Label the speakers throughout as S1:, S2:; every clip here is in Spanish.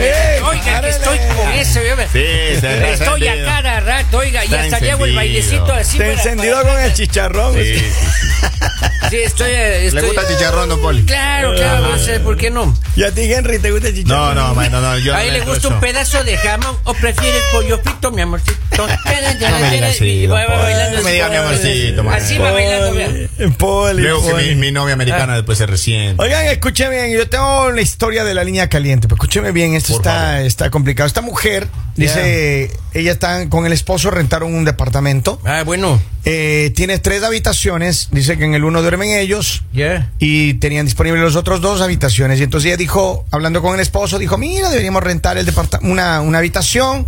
S1: ¡Eh,
S2: yo me...
S3: Sí, se
S2: Estoy a
S3: encendido.
S2: cada rato, oiga, y
S3: Está
S2: hasta le hago el
S3: encendido.
S2: bailecito así.
S1: Te
S2: para-
S1: encendido
S2: para-
S1: con el chicharrón.
S3: Sí, sí, sí.
S2: Sí, estoy... eh,
S3: ¿Le
S2: estoy-
S3: gusta el chicharrón, don Poli?
S2: Claro, claro, no sé, ¿por qué no?
S1: ¿Y a ti, Henry, te gusta el
S3: No,
S1: chicharrón?
S3: no, ma, no, no, yo
S2: ¿A él
S3: no
S2: le
S3: entro
S2: gusta
S3: eso.
S2: un pedazo de jamón o prefieres pollo frito, mi amorcito?
S3: No me digas así,
S2: Y va-
S3: don
S2: va
S3: Poli.
S2: bailando
S3: No me
S2: así,
S3: diga mi amorcito, man.
S2: Así va bailando, vea.
S1: Eh, Poli,
S3: Luego que
S1: poli.
S3: mi, mi novia
S2: Ah.
S3: americana después se resiente.
S1: Oigan, escuchen bien, yo tengo la historia de la línea caliente, pero escúcheme bien, esto
S3: Por
S1: está,
S3: favor.
S1: está complicado. Esta mujer dice, ella está con el esposo, rentaron un departamento,
S2: Ah, bueno,
S1: eh, tiene tres habitaciones, dice que en el uno duermen ellos
S2: ya.
S1: y tenían disponibles los otros dos habitaciones. Y entonces ella dijo, hablando con el esposo, dijo, mira, deberíamos rentar el departa- una, una habitación.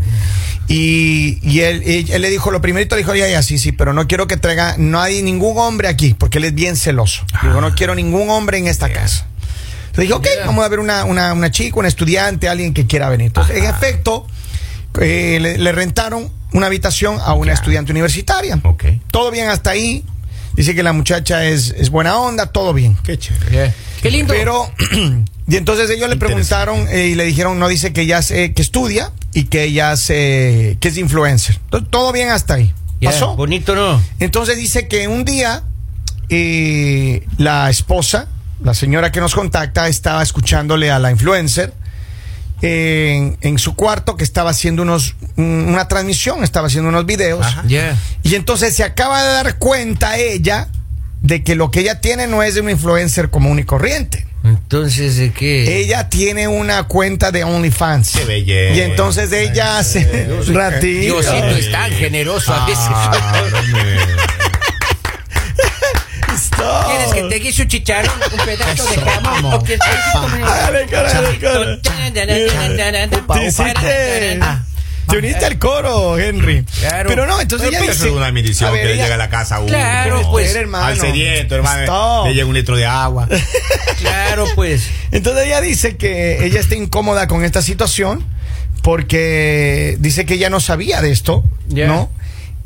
S1: Y, y él, y él le dijo, lo primerito le dijo, ya, ya, sí, sí, pero no quiero que traiga, no hay ningún hombre aquí, porque él es bien celoso. Dijo, no quiero ningún hombre en esta casa. Le dije, ok, vamos a ver una, una, una chica, un estudiante, alguien que quiera venir. Entonces, en efecto, eh, le, le rentaron una habitación a una estudiante universitaria.
S3: Ok.
S1: Todo bien hasta ahí. Dice que la muchacha es, es buena onda, todo bien.
S3: Qué chévere.
S2: ya. Qué lindo.
S1: Pero, y entonces ellos le preguntaron eh, y le dijeron, no dice que ella se- que estudia y que ella se, que es influencer. Entonces, todo bien hasta ahí.
S2: Ya,
S1: Pasó.
S2: Bonito, ¿no?
S1: Entonces dice que un día eh, la esposa, la señora que nos contacta, estaba escuchándole a la influencer eh, en, en su cuarto que estaba haciendo unos un- una transmisión, estaba haciendo unos videos.
S3: Ajá.
S2: Ya.
S1: Y entonces se acaba de dar cuenta ella de que lo que ella tiene no es de una influencer común y corriente.
S2: Entonces, ¿de qué?
S1: Ella tiene una cuenta de OnlyFans.
S3: Qué belleza.
S1: Y entonces ella hace ratito.
S2: Diosito es tan generoso a veces.
S3: Ah,
S2: ¿Quieres que te guise un chicharrón, un pedazo de jamón? ¿O que te
S1: Hágale, cara, hágale, cara. Te hiciste-
S3: Ah.
S1: Te uniste al coro, Henry.
S2: Claro.
S1: Pero no, entonces
S3: Pero
S1: ella
S3: eso
S1: dice-
S3: es una
S1: A
S3: bendición
S1: ver,
S3: que le
S1: ella-
S3: llega a la casa a uno.
S2: Claro,
S3: ¿no?
S2: pues.
S1: Era, hermano.
S3: Al sediento, hermano.
S1: Stop.
S3: Le llega un litro de agua.
S2: Claro, pues.
S1: Entonces ella dice que ella está incómoda con esta situación porque dice que ella no sabía de esto,
S2: Ya.
S1: ¿no?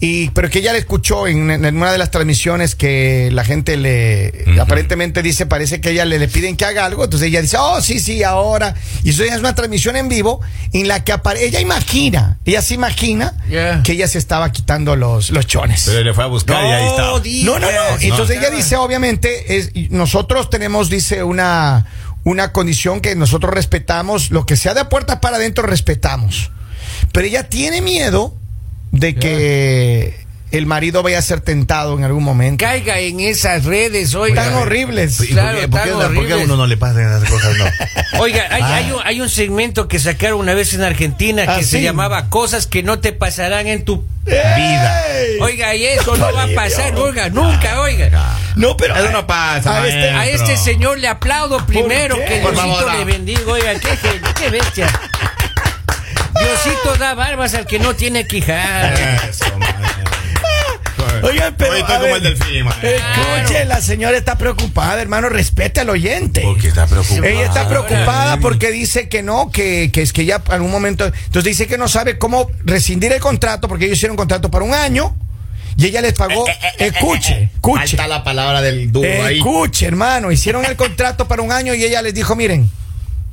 S1: Y, pero que ella le escuchó en, en una de las transmisiones que la gente le
S3: Ujú.
S1: aparentemente dice, parece que ella le, le piden que haga algo, entonces ella dice, oh, sí, sí, ahora. Y eso ya es una transmisión en vivo en la que apare- ella imagina, ella se imagina
S2: Ya.
S1: que ella se estaba quitando los, los chones.
S3: Pero le fue a buscar y pues, ahí estaba.
S2: di-
S1: No, no, no. Entonces
S2: No.
S1: ella dice, obviamente, es, y nosotros tenemos, dice, una, una condición que nosotros respetamos, lo que sea de puertas para adentro respetamos. Pero ella tiene miedo de que el marido vaya a ser tentado en algún momento.
S2: Caiga en esas redes, oiga.
S1: Tan horribles.
S3: ¿Y por qué-
S2: Claro,
S3: ¿por,
S2: tan
S3: qué, por qué a
S2: horribles.
S3: uno no Ah. le pasan esas cosas? No.
S2: Oiga, hay, hay un, hay un segmento que sacaron una vez en Argentina que
S1: Ah,
S2: se
S1: sí.
S2: llamaba Cosas que no te pasarán en tu
S3: Vida.
S1: ¡Ey!
S2: Oiga, y eso no va a pasar, oiga, nunca, oiga.
S1: No, pero.
S3: Eso no pasa,
S1: A este-
S2: A este
S3: maestro.
S2: señor le aplaudo primero,
S1: qué?
S2: que
S3: Por
S2: Diosito
S3: favor, da.
S2: le bendiga, oiga, qué, gen- qué bestia. Diosito da barbas al que no tiene quijada.
S3: Eso, maestro.
S1: Oigan, este, pero. a
S3: Oye, estoy como
S1: ver,
S3: el delfín, maestro.
S1: Escuche, la señora está preocupada, hermano. Respete al oyente.
S3: Porque está preocupado.
S1: Ella está preocupada
S2: Ahora,
S1: porque dice que no, que, que es que ya en un momento. Entonces dice que no sabe cómo rescindir el contrato porque ellos hicieron un contrato para un año y ella les
S2: Eh,
S1: pagó. escuche, escuche. Eh,
S3: Falta la palabra del duro ahí.
S1: Escuche, hermano. Hicieron el contrato para un año y ella les dijo: Miren,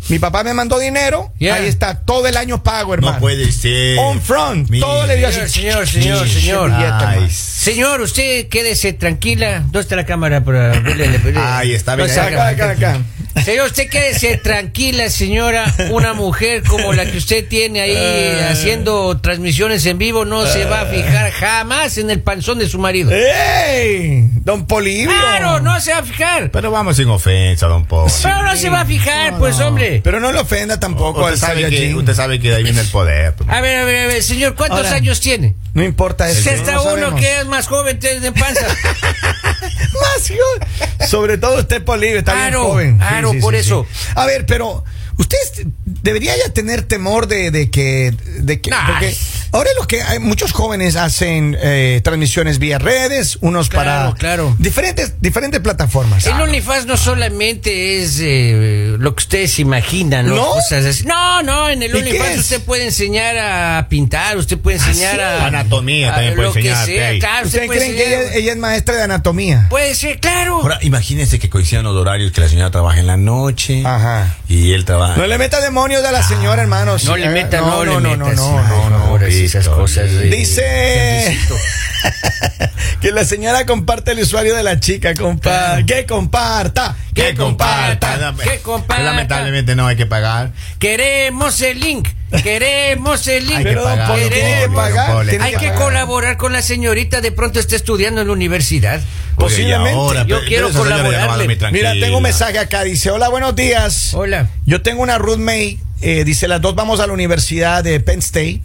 S1: mi papá me mandó dinero,
S2: Yeah.
S1: ahí está, todo el año pago, hermano.
S3: No puede ser.
S1: On front,
S3: Mira.
S1: todo le dio así.
S2: Señor, señor, señor,
S3: Sí.
S2: señor.
S1: Ay,
S3: Ay,
S2: Señor, usted quédese tranquila. ¿Dónde está la cámara para verle- le- le-
S3: Ahí está,
S2: no
S3: mira,
S2: salga.
S1: Acá, acá, acá.
S2: Señor, usted quédese tranquila, señora. Una mujer como la que usted tiene ahí eh, haciendo transmisiones en vivo no se va a fijar jamás en el panzón de su marido.
S1: Eh. ¡Ey! Don Polivio.
S2: Claro, no se va a fijar.
S3: Pero vamos sin ofensa, don Poli.
S2: Pero no se va a fijar, pues hombre.
S1: Pero no le ofenda tampoco
S3: Usted
S1: al
S3: sabe, que,
S1: Saiyajin.
S3: usted sabe que de ahí viene el poder. pues.
S2: A ver, a ver, a ver, señor, ¿cuántos
S1: Ahora.
S2: años tiene?
S1: No importa eso.
S2: Se está
S1: Pues no
S2: uno
S1: sabemos.
S2: que es más joven, tres de panza.
S1: más joven. Sobre todo usted, Polivio, está
S2: Claro,
S1: bien joven.
S2: claro, por eso.
S1: A ver, pero usted es- debería ya tener temor de, de que. De que
S2: Nah.
S1: porque Ahora los que hay muchos jóvenes hacen eh, transmisiones vía redes, unos
S2: Claro,
S1: para
S2: claro.
S1: diferentes diferentes plataformas.
S2: El OnlyFans no solamente es eh, lo que ustedes imaginan, ¿no?
S1: ¿No?
S2: Cosas así. No, no, en el
S1: ¿Y qué
S2: OnlyFans
S1: es?
S2: usted puede enseñar a pintar, usted puede enseñar a.
S3: Anatomía también puede
S2: lo que
S3: enseñar,
S2: sea,
S3: ok.
S2: claro, usted
S1: ¿Ustedes
S2: puede
S1: Ah, creen que
S2: enseñar-
S1: ella, ella es maestra de anatomía?
S2: Puede ser, claro.
S4: Ahora, imagínense que coincidan los horarios, que la señora trabaja en la noche
S3: Ah.
S1: Ajá.
S4: y él trabaja.
S1: No le meta demonios a la señora, hermanos.
S2: No le meta,
S1: Eh,
S2: no, le meta.
S1: No,
S2: sí,
S1: no, no,
S2: por
S1: no.
S2: favor, así esas
S3: Víctor,
S2: cosas. de-
S1: Dice que la señora comparte el usuario de la chica, compa. Que comparta, que comparta.
S2: que comparta.
S3: Lamentablemente no hay que pagar.
S2: Queremos el link, queremos el link.
S3: Hay que
S1: Pero don
S3: pagar,
S1: Paul
S3: don
S1: tiene que
S3: Paul,
S1: pagar.
S3: don Paul,
S1: tiene
S2: Hay que
S1: pagar.
S2: colaborar con la señorita, de pronto está estudiando en la universidad.
S3: Oye, y
S1: Posiblemente.
S3: ahora,
S2: Yo
S3: pero-
S2: quiero
S3: pero esa señora
S2: colaborarle.
S3: llamándome
S1: Mira,
S3: tranquila.
S1: tengo un mensaje acá. Dice, hola, buenos días.
S2: Hola.
S1: Yo tengo una roommate. eh, dice, las dos vamos a la universidad de Penn State.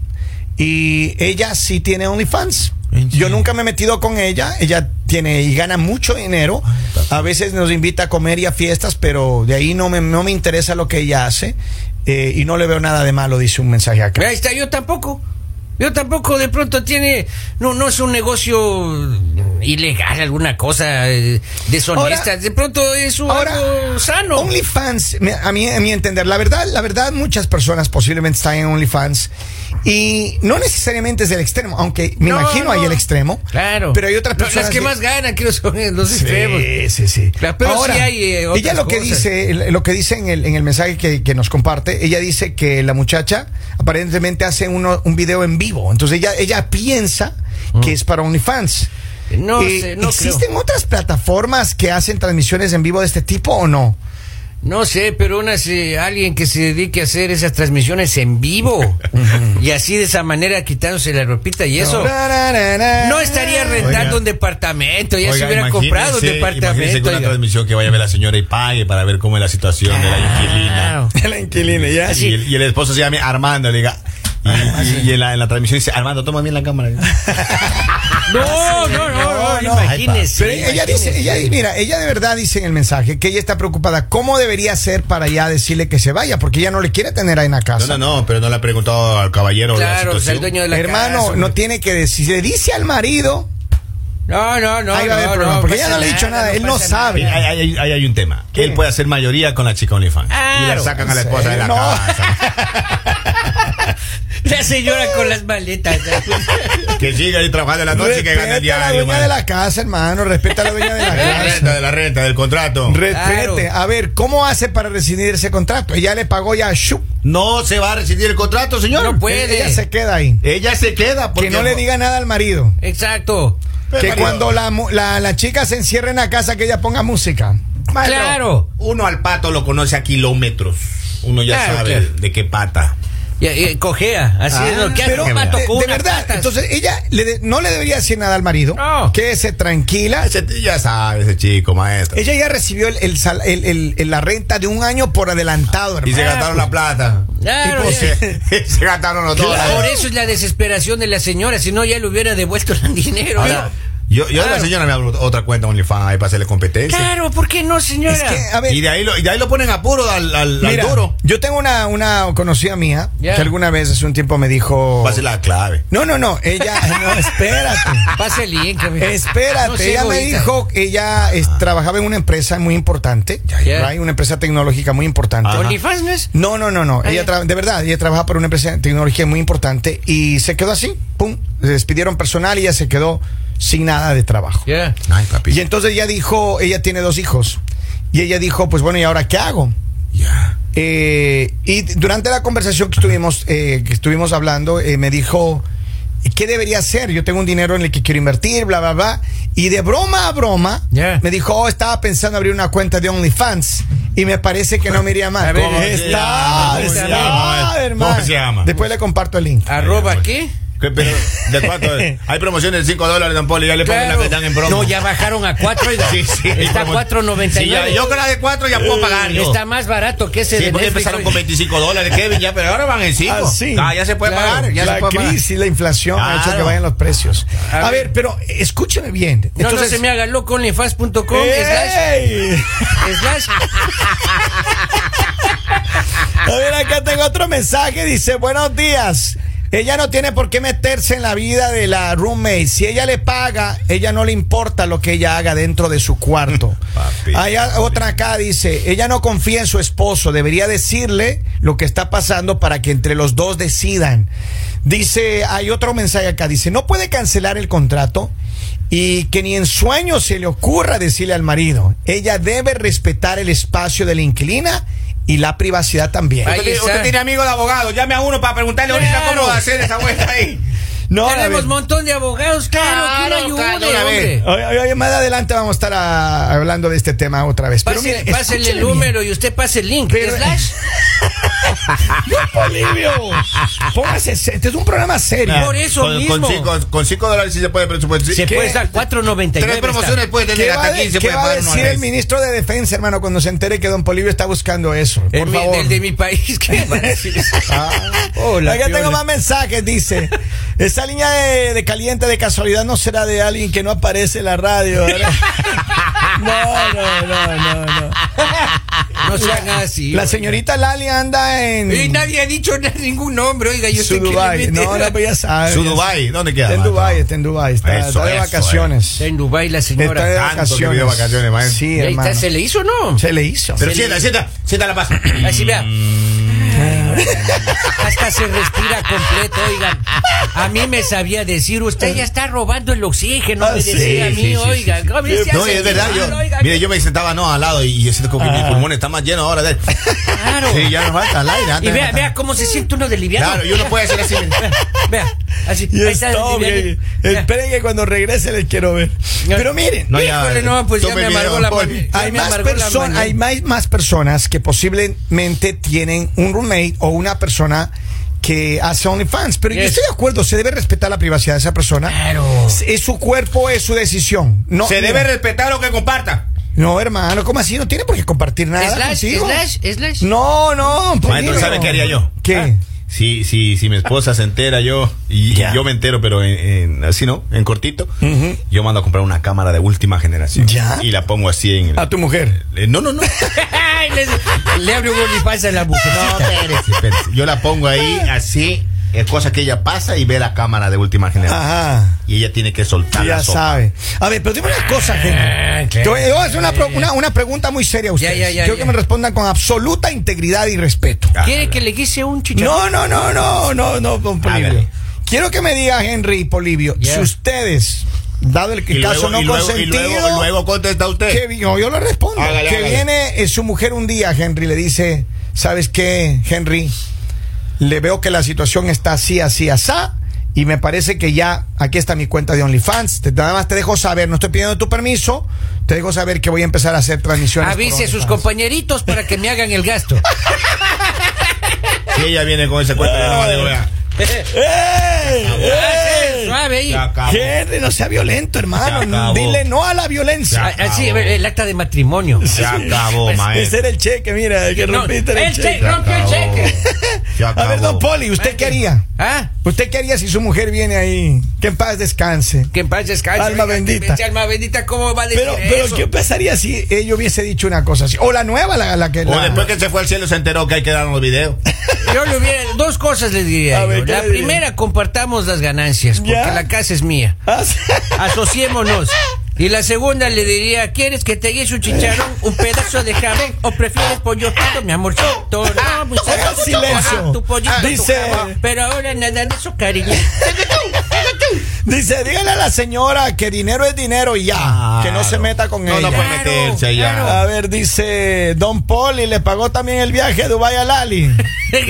S1: Y ella sí tiene OnlyFans.
S4: ¿En
S1: Yo
S4: serio?
S1: nunca me he metido con ella. Ella tiene y gana mucho dinero. A veces nos invita a comer y a fiestas, pero de ahí no me, no me interesa lo que ella hace. eh, y no le veo nada de malo, dice un mensaje acá.
S2: Ahí está, yo tampoco. Yo tampoco, de pronto tiene. No, no es un negocio eh, ilegal, alguna cosa eh, deshonesta.
S1: Ahora-
S2: de pronto es un algo sano.
S1: OnlyFans, me- a mí, a mi entender, la verdad, la verdad, muchas personas posiblemente están en OnlyFans y no necesariamente es el extremo, aunque me
S2: No,
S1: imagino hay
S2: no.
S1: el extremo.
S2: Claro.
S1: Pero hay otras
S2: No,
S1: personas
S2: Las que
S1: que-
S2: más ganan, creo, son los extremos.
S1: Sí, sí, sí.
S2: pues. Claro, pero sí hay, eh,
S1: ella
S2: otras
S1: lo que
S2: cosas.
S1: dice, el- lo que dice en el, en el mensaje que, que nos comparte, ella dice que la muchacha aparentemente hace uno, un video en vivo. Entonces ella, ella piensa que es para OnlyFans.
S2: Mm. No
S1: Eh,
S2: sé, no creo.
S1: ¿Existen otras plataformas que hacen transmisiones en vivo de este tipo o no?
S2: No sé, pero una, se- alguien que se dedique a hacer esas transmisiones en vivo y así de esa manera quitándose la ropita y eso. No estaría rentando
S3: Oiga.
S2: un departamento, ya se
S3: Oiga,
S2: hubiera
S3: imagínese-
S2: comprado un
S3: imagínese que
S2: departamento.
S3: una
S2: oiga.
S3: transmisión que vaya a ver la señora y pague para ver cómo es la situación de la inquilina.
S2: Claro.
S1: La inquilina, ya.
S2: Así.
S3: Y, el, y el esposo se llama Armando, le diga. Y, y- y en, la, en la transmisión dice, Armando, toma bien la cámara.
S2: No, no, no, no,
S1: No, no.
S2: imagínese.
S1: Pero ella dice, ella, mira, ella de verdad dice en el mensaje que ella está preocupada. ¿Cómo debería ser para ya decirle que se vaya? Porque ella no le quiere tener ahí en la
S3: No,
S1: casa.
S3: no, no, pero no le ha preguntado al caballero
S2: Claro,
S3: la
S2: o sea, el
S3: situación.
S2: dueño de la
S1: Hermano,
S2: casa,
S1: no
S2: hombre.
S1: tiene que decir. Si le dice al marido,
S2: No, no, no.
S1: Ahí va a haber
S2: no,
S1: problema, porque ella
S2: pasa
S1: no le ha dicho nada, él no
S2: pasa
S1: sabe.
S3: Ahí
S2: nada.
S3: ahí- ahí- ahí hay un tema. Que él
S1: ¿Qué?
S3: puede hacer mayoría con la chica OnlyFans. Y
S2: Claro.
S3: la sacan a la
S1: ¿En
S3: esposa de la
S1: serio? No.
S3: casa.
S2: La señora con las maletas. pues,
S3: que siga ahí trabajando en la noche y que
S1: respeta
S3: gane el
S1: a la
S3: diario.
S1: dueña
S3: man.
S1: de la casa, hermano. Respeta a la dueña de la
S3: De la
S1: casa.
S3: renta, de la renta, del contrato.
S1: Respete. A ver, ¿cómo hace para rescindir ese contrato? Ella le pagó ya. shup,
S3: no se va a rescindir el contrato, señor.
S2: No puede.
S1: Ella se queda ahí.
S3: Ella se queda. Porque
S1: Que no le diga nada al marido.
S2: Exacto.
S3: Pero,
S1: Que
S3: marido,
S1: cuando la, mu- la, la chica se encierre en la casa, que ella ponga música.
S3: Maestro,
S2: Claro.
S3: Uno al pato lo conoce a kilómetros. Uno ya
S2: Claro,
S3: sabe
S2: claro.
S3: de qué pata.
S2: Y- y cojea. Así
S3: Ah,
S2: es lo que hace.
S1: Pero
S2: un
S3: qué
S2: pato
S1: de,
S2: con
S1: de
S2: unas
S1: verdad,
S2: patas.
S1: entonces ella le de- no le debería decir nada al marido.
S2: No.
S1: Quédese tranquila.
S3: Ah, Ese- ya sabe ese chico, maestro.
S1: Ella ya recibió el, el sal- el- el- el- la renta de un año por adelantado,
S3: Y
S1: hermano.
S3: se gastaron la plata.
S2: Claro,
S3: Y pues
S2: ya.
S3: se, se gastaron los dólares.
S2: Por eso es la desesperación de la señora, si no ya le hubiera devuelto el dinero.
S3: Ahora, yo, yo a
S2: Claro.
S3: la señora me abro otra cuenta OnlyFans ahí para hacerle competencia.
S2: claro, ¿por qué no, señora?
S1: Es que, a ver,
S3: Y de ahí lo, y de ahí lo ponen a puro al, al, al
S1: mira,
S3: duro.
S1: yo tengo una, una conocida mía
S2: Ya.
S1: que alguna vez hace un tiempo me dijo...
S3: Va a ser la clave.
S1: No, no, no, ella... no, espérate.
S2: Pase el link. amigo.
S1: Espérate,
S2: No sea
S1: ella me
S2: egoísta.
S1: dijo que ella es- trabajaba en una empresa muy importante,
S2: ya.
S1: right, una empresa tecnológica muy importante.
S3: Ajá.
S2: ¿Onlyfans no es?
S1: No, no, no, no.
S2: Ah,
S1: ella
S2: ya.
S1: tra- de verdad, ella trabaja para una empresa de tecnología muy importante y se quedó así, pum, le despidieron personal y ella se quedó sin nada de trabajo.
S2: Ya.
S3: Ay, papi.
S1: Y entonces ella dijo, ella tiene dos hijos y ella dijo, pues bueno, ¿y ahora qué hago?
S3: Ya.
S1: Eh, y durante la conversación que estuvimos, eh, que estuvimos hablando, eh, me dijo, ¿qué debería hacer? Yo tengo un dinero en el que quiero invertir, bla, bla, bla. Y de broma a broma,
S2: Ya.
S1: me dijo, oh, estaba pensando abrir una cuenta de OnlyFans. Y me parece que no me iría mal.
S2: A ver,
S1: ¿Cómo
S2: está,
S1: se
S2: está,
S1: llama? ¿Cómo se
S2: está,
S1: llama?
S3: hermano.
S1: ¿Cómo se llama? Después le comparto el link.
S2: ¿Arroba qué?
S3: ¿Qué pedo? ¿De cuánto? es? Hay promociones de 5 dólares, don Poli. Ya le ponen la
S2: Claro.
S3: que están en promo.
S2: No, ya bajaron a 4.
S3: Sí, sí.
S2: Está a
S3: Como- Sí, ya,
S2: 4.99.
S3: yo con la de 4 ya puedo pagar. yo.
S2: Está más barato que ese
S3: Sí,
S2: de
S3: porque
S2: Netflix.
S3: empezaron con 25 dólares, Kevin, ya, pero ahora van en 5.
S1: Ah, sí.
S3: Ah, ya se puede
S2: Claro,
S3: pagar. Ya se
S1: la
S3: puede pagar.
S1: crisis, la inflación ha hecho
S3: Claro.
S1: que vayan los precios.
S2: A
S1: A,
S2: ver.
S1: ver, pero escúcheme bien.
S2: No, no se me haga loco, onlyfans.com
S3: Eh.
S2: slash,
S1: ¡Ey!
S2: slash.
S1: A ver, acá tengo otro mensaje. Dice, buenos días. Ella no tiene por qué meterse en la vida de la roommate. Si ella le paga, ella no le importa lo que ella haga dentro de su cuarto.
S3: Papi,
S1: Hay a-
S3: papi.
S1: otra acá dice, ella no confía en su esposo, debería decirle lo que está pasando para que entre los dos decidan. Dice, hay otro mensaje acá, dice, no puede cancelar el contrato y que ni en sueño se le ocurra decirle al marido. Ella debe respetar el espacio de la inquilina y la privacidad también.
S2: Ay, Ahí
S4: Usted,
S2: está.
S4: usted tiene amigos de abogados, llame a uno para preguntarle ahorita
S2: Claro.
S4: cómo va a hacer esa vuelta ahí.
S1: No,
S2: Tenemos
S1: David.
S2: un montón de abogados, claro,
S4: Claro,
S2: que uno
S4: claro,
S2: ayude,
S4: a ver.
S2: hombre.
S1: Hoy- hoy- hoy más adelante vamos a estar ah, hablando de este tema otra vez. Pero
S2: Pase,
S1: mire,
S2: pásenle
S1: escúchele
S2: el
S1: bien.
S2: número y usted pase el link.
S1: Pero-
S2: Slash.
S3: eh,
S1: Polibio, póngase, este es un programa serio.
S2: Por eso
S3: con,
S2: mismo.
S3: Con 5 con cinco dólares sí se puede presupuesto.
S2: Se
S3: ¿Qué?
S2: puede estar 4.99.
S4: Tres promociones
S2: está.
S4: puede
S1: ¿Qué
S4: tener
S1: va,
S4: hasta
S1: de-
S4: 15
S1: qué
S4: puede
S1: va a
S4: pagar uno a la
S1: decir el
S4: vez.
S1: ministro de Defensa, hermano, cuando se entere que don Polibio está buscando eso? Por
S2: El mi-
S1: favor.
S2: del de mi país. ¿qué va a decir?
S1: Ah,
S2: Hola,
S1: acá tengo
S2: piola.
S1: más mensajes, dice. Esa línea de, de caliente de casualidad no será de alguien que no aparece en la radio. ¿verdad? No, no, no, no, no.
S2: No sean así.
S1: La
S2: oiga.
S1: señorita Lali anda en
S2: Y nadie ha dicho na- ningún nombre, oiga, yo
S1: su
S2: estoy que le
S1: Dubai.
S2: mete-
S1: No, no, pues ya sabe.
S3: Su
S1: ya
S3: Dubai, ¿dónde
S1: Está
S3: queda?
S1: en Dubai, está en Dubai, está,
S3: Eso,
S1: está de
S3: eso,
S1: vacaciones.
S2: En Dubai la
S1: Está de
S2: señora.
S3: Tanto que
S1: vacaciones.
S3: pidió vacaciones, maestro.
S1: Sí,
S2: Y ahí está,
S1: hermano.
S2: ¿Se le hizo o no?
S1: Se le hizo.
S3: Pero sienta, sienta, sienta la paz.
S2: Así vea. Ah. Hasta se respira completo, oigan. A mí me sabía decir, usted ya está robando el oxígeno,
S1: Ah,
S2: me
S1: sí,
S2: decía a mí,
S3: sí, sí,
S2: oigan. ¿cómo se
S3: No, y
S2: hace
S3: es verdad,
S2: mal,
S1: Ah,
S3: yo,
S2: oigan?
S3: mire, yo me sentaba no al lado y yo siento como que mi pulmón está más lleno ahora de él.
S2: Claro.
S3: Sí, ya no falta el aire. antes
S2: Y vea, vea
S3: me mataba.
S2: cómo se siente uno de liviano.
S3: Claro, y uno puede hacer así.
S2: Vea, así.
S1: Y
S2: ahí está
S1: está,
S2: de liviano.
S1: hombre.
S2: Vea.
S1: Esperen que cuando regrese les quiero ver.
S2: Ya.
S1: Pero miren,
S3: No, ya,
S2: Híjole, no, pues ya
S3: tome
S2: me
S3: video,
S2: amargó la
S3: Poli.
S2: mano. Ya
S1: hay,
S2: me
S1: más
S2: amargó la
S1: perso-
S2: mañana.
S1: hay más, más personas que posiblemente tienen un roommate o una persona que hace OnlyFans. Pero yo
S2: Yes. Ah.
S1: estoy de acuerdo, se debe respetar la privacidad de esa persona.
S2: Claro.
S1: Es su cuerpo, es su decisión. No,
S4: Se
S1: mira,
S4: debe respetar lo que comparta.
S1: No, hermano, ¿cómo así? No tiene por qué compartir nada.
S2: Slash,
S1: contigo.
S2: slash, slash.
S1: No, no,
S3: Maestro, ¿sabe qué haría yo?
S1: ¿Qué?
S3: Si, si, si mi esposa se entera, yo y, y
S1: Ya.
S3: yo me entero, pero en, en- así no, en cortito, yo mando a comprar una cámara de última generación
S1: Ya. Ah.
S3: y la pongo así en el,
S1: A tu mujer.
S3: Eh, No, no, no.
S2: Ay, le, le abre un OnlyFans a la
S3: No,
S2: mujercita.
S3: espérese, espérese. Yo la pongo ahí
S1: Ah.
S3: así, es cosa que ella pasa y ve la cámara de última generación.
S1: Ajá.
S3: Y ella tiene que soltar
S1: Ah. Ya
S3: la sopa. Ah,
S1: sabe. A ver, pero dime una cosa, gente. Te voy- te voy a hacer una, pro- una, una pregunta muy seria a ustedes.
S2: ya, ya,
S1: Quiero
S2: ya.
S1: que me respondan con absoluta integridad y respeto.
S3: Ah,
S2: ¿Quiere que le guise un chicharrón?
S1: No, no, no, no, no, no, don Polibio.
S3: ver.
S1: Quiero que me diga, Henry y Polibio,
S2: Ya.
S1: si ustedes, dado el que-
S3: Y
S1: caso
S3: luego,
S1: no
S3: y luego- y
S1: consentido,
S3: luego, luego contesta usted.
S1: que vi- no, yo le respondo.
S3: Hágale,
S1: que
S3: hágale.
S1: viene eh, su mujer un día, Henry, le dice, ¿sabes qué, Henry? Le veo que la situación está así, así, asá. Y me parece que ya aquí está mi cuenta de OnlyFans. Te, nada más te dejo saber, no estoy pidiendo tu permiso. Te dejo saber que voy a empezar a hacer transmisiones. por
S2: Avise a sus
S1: OnlyFans".
S2: compañeritos para que me hagan el gasto.
S3: Si ella viene con ese cuento, yo nomás digo, vea.
S1: ¡Ey! ¡Ey!
S2: Suave ahí.
S3: Se acabó.
S1: Henry, no sea violento,
S3: Se
S1: hermano.
S3: acabó.
S1: Dile no a la
S2: Ah,
S1: violencia.
S2: ah, sí, a ver, el acta de matrimonio.
S3: Se acabó,
S1: Ese
S3: maestro.
S1: era el cheque, mira, que
S2: No,
S1: rompiste
S2: el
S1: Pues, el
S2: cheque,
S1: cheque.
S3: Se
S2: rompió el
S3: acabó.
S2: cheque.
S3: Se
S1: A ver,
S3: acabó.
S1: don Poli, ¿usted qué haría?
S2: ¿Ah?
S1: ¿Usted qué haría si su mujer viene ahí? Que en paz descanse.
S2: Que en paz descanse.
S1: Alma
S2: oiga,
S1: bendita.
S2: que vence Alma bendita, ¿cómo va a decir
S1: Pero, pero
S2: eso?
S1: ¿qué pasaría si ella eh, hubiese dicho una cosa así? O la nueva, la, la que...
S3: O
S1: la-
S3: después que se fue al cielo se enteró que hay que dar los videos.
S2: Yo le hubiera... Dos cosas le diría.
S1: A
S2: yo.
S1: ver, ¿qué
S2: la
S1: le diría?
S2: primera, compartamos las ganancias, porque
S1: ¿Ya?
S2: la casa es mía.
S1: Ah, sí.
S2: Asociémonos. Y la segunda le diría, ¿quieres que te guise un chicharrón, un pedazo de jamón o prefieres pollotito, mi amorcito? No, muchacho,
S1: haga Ah, pues, silencio.
S2: tu pollito,
S1: Ah,
S2: tu
S1: dice-
S2: jamón. Pero ahora nada de eso, cariño.
S1: Dice, dígale a la señora que dinero es dinero y ya. Que no se
S3: Claro.
S1: meta con
S3: No, pues,
S1: ella.
S3: no puede
S2: Claro,
S3: meterse allá.
S2: claro.
S1: A ver, dice Don Poli, le pagó también el viaje a Dubái a Lali.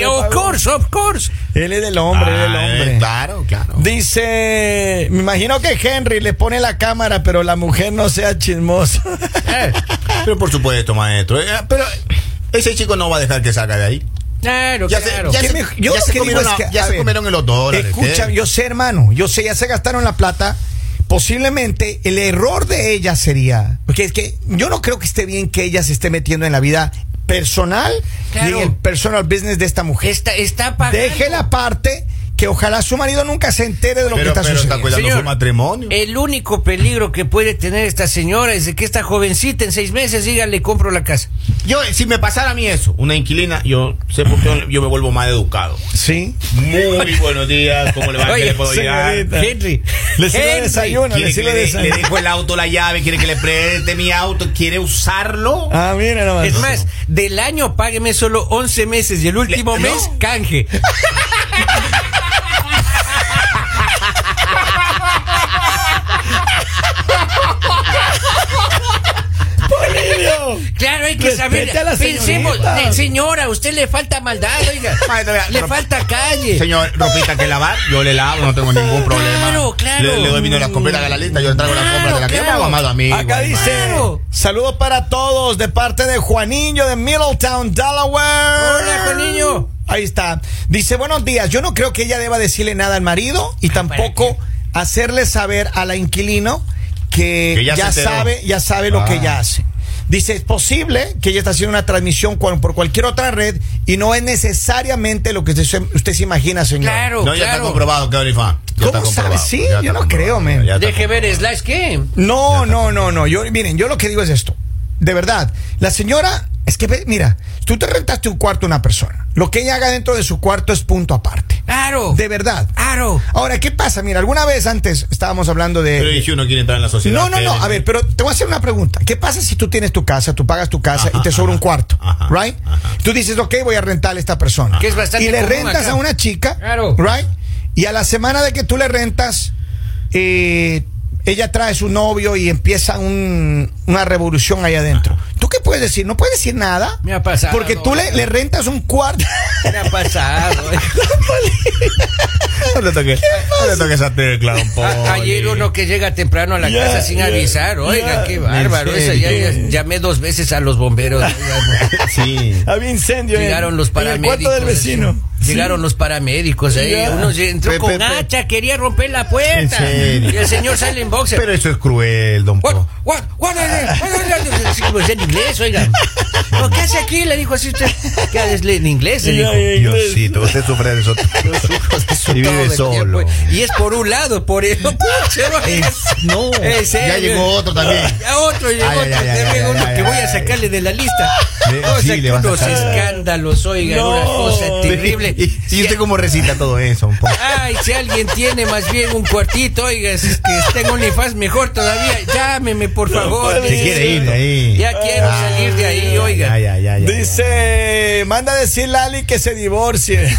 S2: of course, of course.
S1: Él es del hombre, él es del
S3: Ah,
S1: hombre.
S3: eh, claro, claro.
S1: Dice, me imagino que Henry le pone la cámara, pero la mujer no sea chismosa.
S2: Eh,
S3: Pero por supuesto, maestro. eh, Pero ese chico no va a dejar que salga de ahí.
S2: Claro,
S3: Ya se-
S2: claro.
S3: ya
S1: ¿Qué
S3: se-
S1: me- yo
S3: ya
S1: lo que
S3: se
S1: digo
S3: comieron
S1: es
S3: la-
S1: que,
S3: ya
S1: a
S3: se
S1: ver,
S3: comieron los dólares,
S1: Escucha,
S3: ¿qué?
S1: yo sé, hermano, yo sé, ya se gastaron la plata. Posiblemente el error de ella sería, porque es que yo no creo que esté bien que ella se esté metiendo en la vida personal y
S2: Claro.
S1: en el personal business de esta mujer.
S2: Está, está pagando.
S1: Deje la parte que ojalá su marido nunca se entere de lo que
S3: Pero,
S1: está
S3: pero
S1: sucediendo.
S3: está
S1: eh,
S3: cuidando
S2: Señor.
S3: su matrimonio.
S2: El único peligro que puede tener esta señora es de que esta jovencita en seis meses diga le compro la casa.
S3: Yo, eh, si me pasara a mí eso, una inquilina, yo sé por qué yo me vuelvo más educado.
S1: Sí.
S3: Muy buenos días, ¿cómo le va? ¿En ¿Qué
S2: Oye,
S3: le puedo llegar?
S1: señorita.
S2: Henry,
S1: Le sirve
S2: Henry,
S1: desayuno.
S3: ¿Quiere que
S1: Decirle
S3: le, de-
S1: desayuno.
S3: le dejo el auto, la llave? ¿Quiere que le preste mi auto? ¿Quiere usarlo?
S1: Ah, mira nomás.
S2: Es más, del año págueme solo 11 meses y el último
S3: Le-
S2: mes
S3: ¿no?
S2: canje. Claro, hay que saber.
S1: Respete a la
S2: Pensemos,
S1: señorita.
S2: eh, señora, a usted le falta maldad, oiga.
S3: Maestro, vea,
S2: le
S3: rep-
S2: falta calle.
S3: Señor, ropita que lavar, yo le lavo, no tengo ningún problema.
S2: Claro, claro.
S3: Le, le doy vino a las compras a la lista, yo le traigo las
S2: Claro,
S3: compras de la que yo me
S2: claro.
S3: hago amado a mí.
S1: Acá
S3: güey,
S1: dice,
S2: Claro.
S1: saludos para todos de parte de Juanillo de Middletown, Delaware.
S2: Hola, Juanillo.
S1: Ahí está. Dice, buenos días. Yo no creo que ella deba decirle nada al marido
S2: Ah,
S1: y tampoco hacerle saber a la inquilino que,
S3: Que
S1: ya,
S3: ya se enteró.
S1: sabe, ya sabe lo
S3: Ah.
S1: que ella hace. Dice, es posible que ella está haciendo una transmisión cual- por cualquier otra red y no es necesariamente lo que usted, se- usted se imagina, señor.
S2: Claro,
S3: No, ya está
S2: claro.
S3: comprobado, que Olifán. Ya
S1: ¿Cómo
S3: está
S1: sabes?
S3: comprobado,
S1: Sí,
S3: ya
S1: yo
S3: está
S1: no
S3: comprobado,
S1: creo, men.
S3: ya está
S2: Deje ver, Slash, ¿qué?
S1: No, no, no, no. Yo, miren, yo lo que digo es esto. De verdad, la señora, es que, ve- mira, tú te rentaste un cuarto a una persona. Lo que ella haga dentro de su cuarto es punto aparte.
S2: Claro.
S1: De verdad.
S2: Claro.
S1: Ahora, ¿qué pasa? Mira, alguna vez antes estábamos hablando de...
S3: Pero y si uno quiere entrar en la sociedad.
S1: no, no,
S3: ¿qué
S1: no.
S3: le-
S1: A ver, pero te voy a hacer una pregunta. ¿Qué pasa si tú tienes tu casa, tú pagas tu casa
S3: Ajá,
S1: y te sobra un
S3: ajá,
S1: cuarto?
S3: ajá,
S1: ¿Right?
S3: ajá.
S1: Tú dices, ok, voy a rentarle a esta persona.
S2: Que es bastante
S1: y le
S2: común
S1: rentas
S2: acá.
S1: a una chica.
S2: Claro.
S1: ¿Right? Y a la semana de que tú le rentas, eh, ella trae su novio y empieza un- una revolución ahí adentro. ¿Tú qué puedes decir? No puedes decir nada.
S2: Me ha pasado.
S1: Porque tú le, le rentas un cuarto.
S2: ¿Qué ha pasado?
S3: No le toques no le toques a tecla un poco.
S2: A- ayer uno que llega temprano a la
S1: Ya,
S2: casa sin
S1: ya,
S2: avisar, oiga,
S1: ya.
S2: qué bárbaro.
S3: En
S2: Esa ya, ya-
S3: serio.
S2: llamé dos veces a los bomberos. oiga,
S3: Sí.
S1: Había incendio. en-
S2: llegaron los
S1: en el
S2: paramédicos.
S1: cuarto del vecino.
S2: Llegaron los paramédicos ahí.
S1: Ya.
S2: Uno se entró
S3: Pe-
S2: con
S3: pe- pe-
S2: hacha, quería romper la puerta.
S3: En serio.
S2: Y el señor sale en boxer.
S3: Pero eso es cruel, don
S2: What,
S3: Po.
S2: what, what is it? What is it? Sí, pues, en inglés, oiga. "¿Pero ¿Qué hace aquí? Le dijo así usted. ¿Qué hace en inglés? Le dijo.
S3: Diosito, usted sufre de eso. Y
S2: todo
S3: vive
S2: el
S3: solo.
S2: tiempo. Y es por un lado, por el otro.
S3: No.
S2: En serio.
S3: Ya llegó otro también.
S2: Ya otro llegó
S3: Ay,
S2: otro.
S3: ay, ay,
S2: te
S3: ay,
S2: veo
S3: ay,
S2: uno
S3: ay,
S2: que
S3: ay,
S2: voy a
S3: ay.
S2: sacarle de la lista.
S3: Le-
S2: No, o
S3: sí,
S2: sea,
S3: le vas a
S2: unos
S3: sacar.
S2: escándalos, oigan,
S1: No.
S2: una cosa terrible.
S3: Y, y usted cómo recita todo eso un poco.
S2: Ay, si alguien tiene más bien un cuartito, oiga, si es que tengo un IFAS mejor todavía, llámeme, por favor.
S1: puede
S3: Se quiere ir de ahí.
S2: Ya quiero salir de ahí, oiga.
S3: Ya, ya, ya, ya, ya.
S1: Dice, manda a decirle a Ali que se divorcie.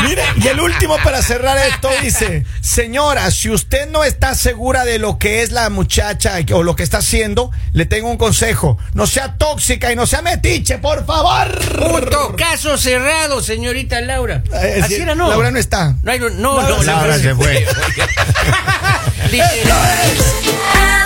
S1: Mire, y el último para cerrar esto dice, señora, si usted no está segura de lo que es la muchacha o lo que está haciendo, le tengo un consejo, no sea tóxica y no sea metiche, por favor.
S2: Punto, caso cerrado, señorita Laura.
S1: Eh,
S2: Así
S1: sí,
S2: era, no.
S1: Laura no está.
S2: No, hay- no, no,
S1: Laura
S2: Laura
S3: Laura se fue.
S2: Dice-
S5: El